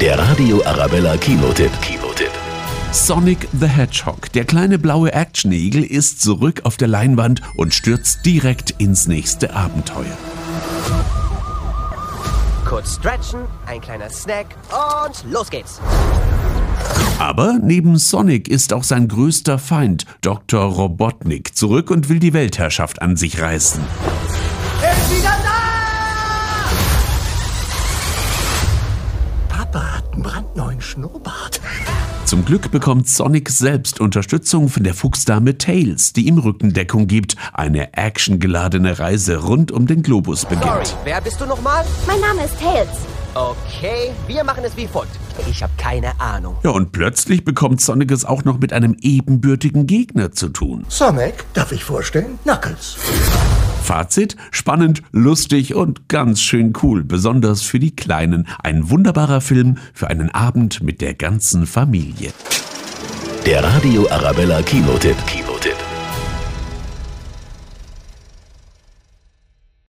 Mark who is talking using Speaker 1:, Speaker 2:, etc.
Speaker 1: Der Radio Arabella Kinotipp. Kinotipp.
Speaker 2: Sonic the Hedgehog, der kleine blaue Actionigel, ist zurück auf der Leinwand und stürzt direkt ins nächste Abenteuer.
Speaker 3: Kurz stretchen, ein kleiner Snack und los geht's.
Speaker 2: Aber neben Sonic ist auch sein größter Feind, Dr. Robotnik, zurück und will die Weltherrschaft an sich reißen.
Speaker 4: Papa hat einen brandneuen Schnurrbart.
Speaker 2: Zum Glück bekommt Sonic selbst Unterstützung von der Fuchsdame Tails, die ihm Rückendeckung gibt. Eine actiongeladene Reise rund um den Globus
Speaker 3: Sorry,
Speaker 2: beginnt.
Speaker 3: wer bist du nochmal?
Speaker 5: Mein Name ist Tails.
Speaker 3: Okay, wir machen es wie folgt. Ich habe keine Ahnung.
Speaker 2: Ja, und plötzlich bekommt Sonic es auch noch mit einem ebenbürtigen Gegner zu tun.
Speaker 4: Sonic, darf ich vorstellen? Knuckles.
Speaker 2: Fazit: spannend, lustig und ganz schön cool, besonders für die Kleinen. Ein wunderbarer Film für einen Abend mit der ganzen Familie.
Speaker 1: Der Radio Arabella Kinotipp. Kinotipp.